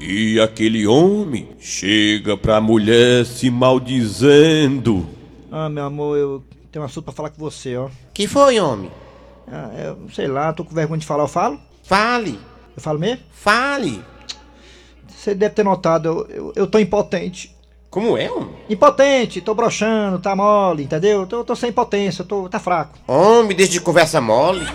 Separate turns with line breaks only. E aquele homem chega pra mulher se maldizendo.
Ah, meu amor, eu tenho um assunto pra falar com você, ó.
Que foi, homem?
Ah, eu sei lá, tô com vergonha de falar, eu falo?
Fale,
Eu falo mesmo?
fale.
Você deve ter notado, eu, eu, eu tô impotente.
Como é, homem?
Impotente, tô broxando, tá mole, entendeu? Tô, tô sem potência, tô, tá fraco.
Homem, desde conversa mole.